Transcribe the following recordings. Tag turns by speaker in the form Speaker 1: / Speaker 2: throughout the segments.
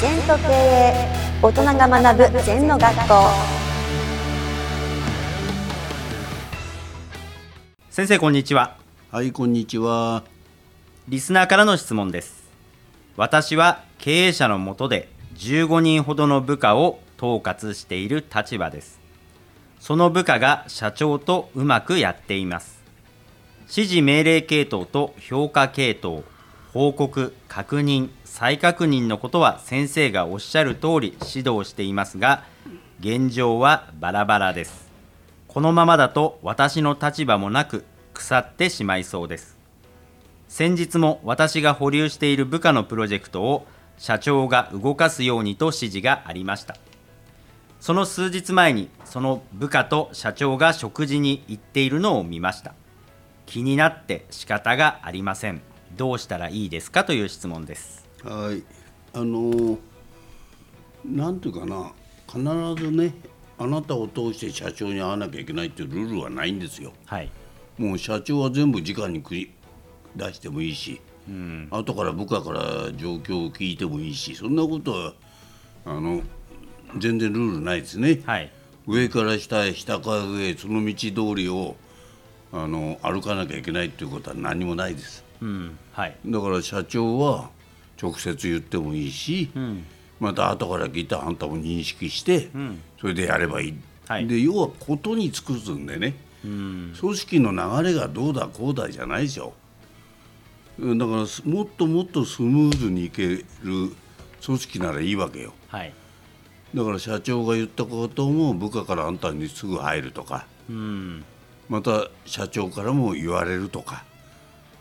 Speaker 1: 全と経営大人が学ぶ全の学校
Speaker 2: 先生こんにちは
Speaker 3: はい、こんにちは。
Speaker 2: リスナーからの質問です私は経営者の下で15人ほどの部下を統括している立場ですその部下が社長とうまくやっています指示命令系統と評価系統報告確認再確認のことは先生がおっしゃる通り指導していますが現状はバラバラですこのままだと私の立場もなく腐ってしまいそうです先日も私が保留している部下のプロジェクトを社長が動かすようにと指示がありましたその数日前にその部下と社長が食事に行っているのを見ました気になって仕方がありませんどうしたらいいですかという質問です
Speaker 3: はい、あのーなんていうかな、必ずね、あなたを通して社長に会わなきゃいけないっていうルールはないんですよ。
Speaker 2: はい
Speaker 3: もう社長は全部直に繰り出してもいいし、後から部下から状況を聞いてもいいし、そんなことはあの全然ルールないですね。
Speaker 2: はい
Speaker 3: 上から下へ下から上へその道通りをあの歩かなきゃいけないっていうことは何もないです。
Speaker 2: うんはい
Speaker 3: だから社長は直接言ってもいいし、また後から聞いたあんたも認識して、それでやればいい、
Speaker 2: はい
Speaker 3: で要はことに尽くすんでね、組織の流れがどうだこうだじゃないでしょうんだからすもっともっとスムーズにいける組織ならいいわけよ
Speaker 2: はい
Speaker 3: だから社長が言ったことも部下からあんたにすぐ入るとか、
Speaker 2: うん
Speaker 3: また社長からも言われるとか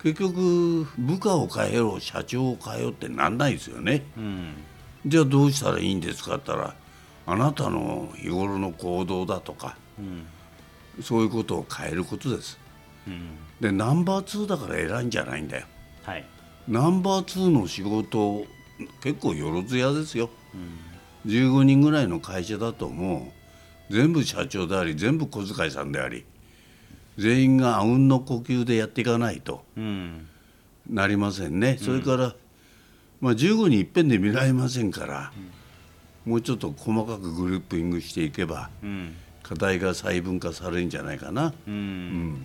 Speaker 3: 結局部下を変えろ社長を変えよってなんないですよね、
Speaker 2: うん
Speaker 3: じゃあどうしたらいいんですかって言ったらあなたの日頃の行動だとか、そういうことを変えることです
Speaker 2: うん
Speaker 3: でナンバー2だから偉いんじゃないんだよ
Speaker 2: はい
Speaker 3: ナンバー2の仕事結構よろずやですよ、15人ぐらいの会社だともう全部社長であり全部小遣いさんであり全員があうんの呼吸でやっていかないと
Speaker 2: うん
Speaker 3: なりませんね、それから、まあ、15人いっぺんで見られませんから、もうちょっと細かくグループイングしていけば
Speaker 2: うん
Speaker 3: 課題が細分化されるんじゃないかな、
Speaker 2: うん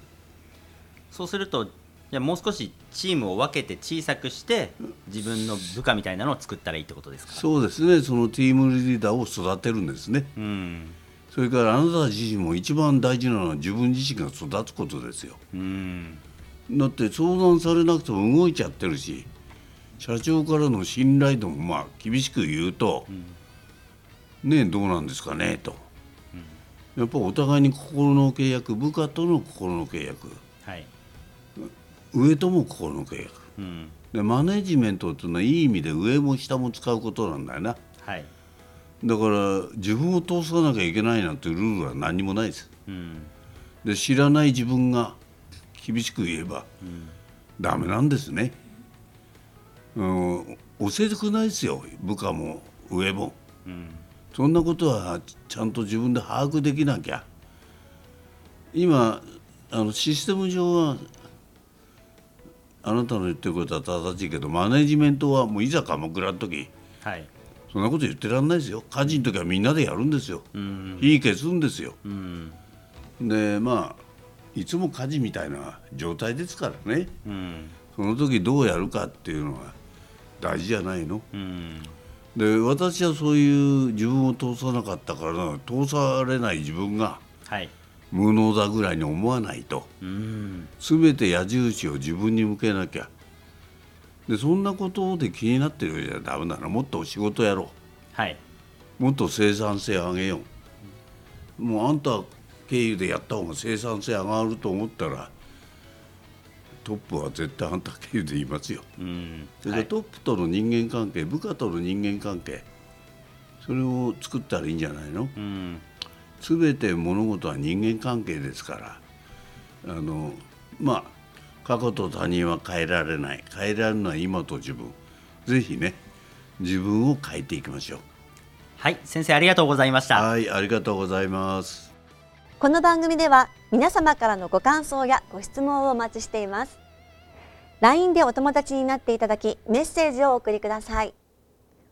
Speaker 2: そうするとじゃあもう少しチームを分けて小さくして自分の部下みたいなのを作ったらいいってことですか
Speaker 3: そうですねそのチームリーダーを育てるんですね、
Speaker 2: うん
Speaker 3: それからあなた自身も一番大事なのは自分自身が育つことですよ
Speaker 2: うん
Speaker 3: だって相談されなくても動いちゃってるし社長からの信頼度もまあ厳しく言うと、ねえどうなんですかねと、やっぱお互いに心の契約部下との心の契約
Speaker 2: はい
Speaker 3: 上とも心の契約
Speaker 2: うん
Speaker 3: でマネジメントっていうのはいい意味で上も下も使うことなんだよな
Speaker 2: はい
Speaker 3: だから自分を通さなきゃいけないなんていうルールは何にもないです
Speaker 2: うん
Speaker 3: で知らない自分が厳しく言えば、ダメなんですね、うん、教えてくれないですよ部下も上も
Speaker 2: うん
Speaker 3: そんなことはちゃんと自分で把握できなきゃ今あのシステム上はあなたの言ってることは正しいけどマネジメントはもういざ鎌倉の時
Speaker 2: はい
Speaker 3: そんなこと言ってらんないですよ家事の時はみんなでやるんですよ
Speaker 2: うん
Speaker 3: 火消すんですよ
Speaker 2: うん
Speaker 3: でまあいつも火事みたいな状態ですからね
Speaker 2: うん
Speaker 3: その時どうやるかっていうのが大事じゃないの
Speaker 2: うん
Speaker 3: で私はそういう自分を通さなかったから通されない自分が
Speaker 2: はい
Speaker 3: 無能だぐらいに思わないと
Speaker 2: うん
Speaker 3: 全て矢印を自分に向けなきゃでそんなことで気になってるようじゃダメなのもっと仕事やろう
Speaker 2: はい
Speaker 3: もっと生産性上げようもうあんた経由でやった方が生産性上がると思ったらトップは絶対あんた経由で言いますよ
Speaker 2: うん
Speaker 3: それ
Speaker 2: は
Speaker 3: から
Speaker 2: い
Speaker 3: トップとの人間関係部下との人間関係それを作ったらいいんじゃないの
Speaker 2: うん
Speaker 3: 全て物事は人間関係ですからあのまあ過去と他人は変えられない変えられるのは今と自分ぜひね自分を変えていきましょう
Speaker 2: はい先生ありがとうございました
Speaker 3: はいありがとうございます
Speaker 1: この番組では皆様からのご感想やご質問をお待ちしています LINE でお友達になっていただきメッセージをお送りください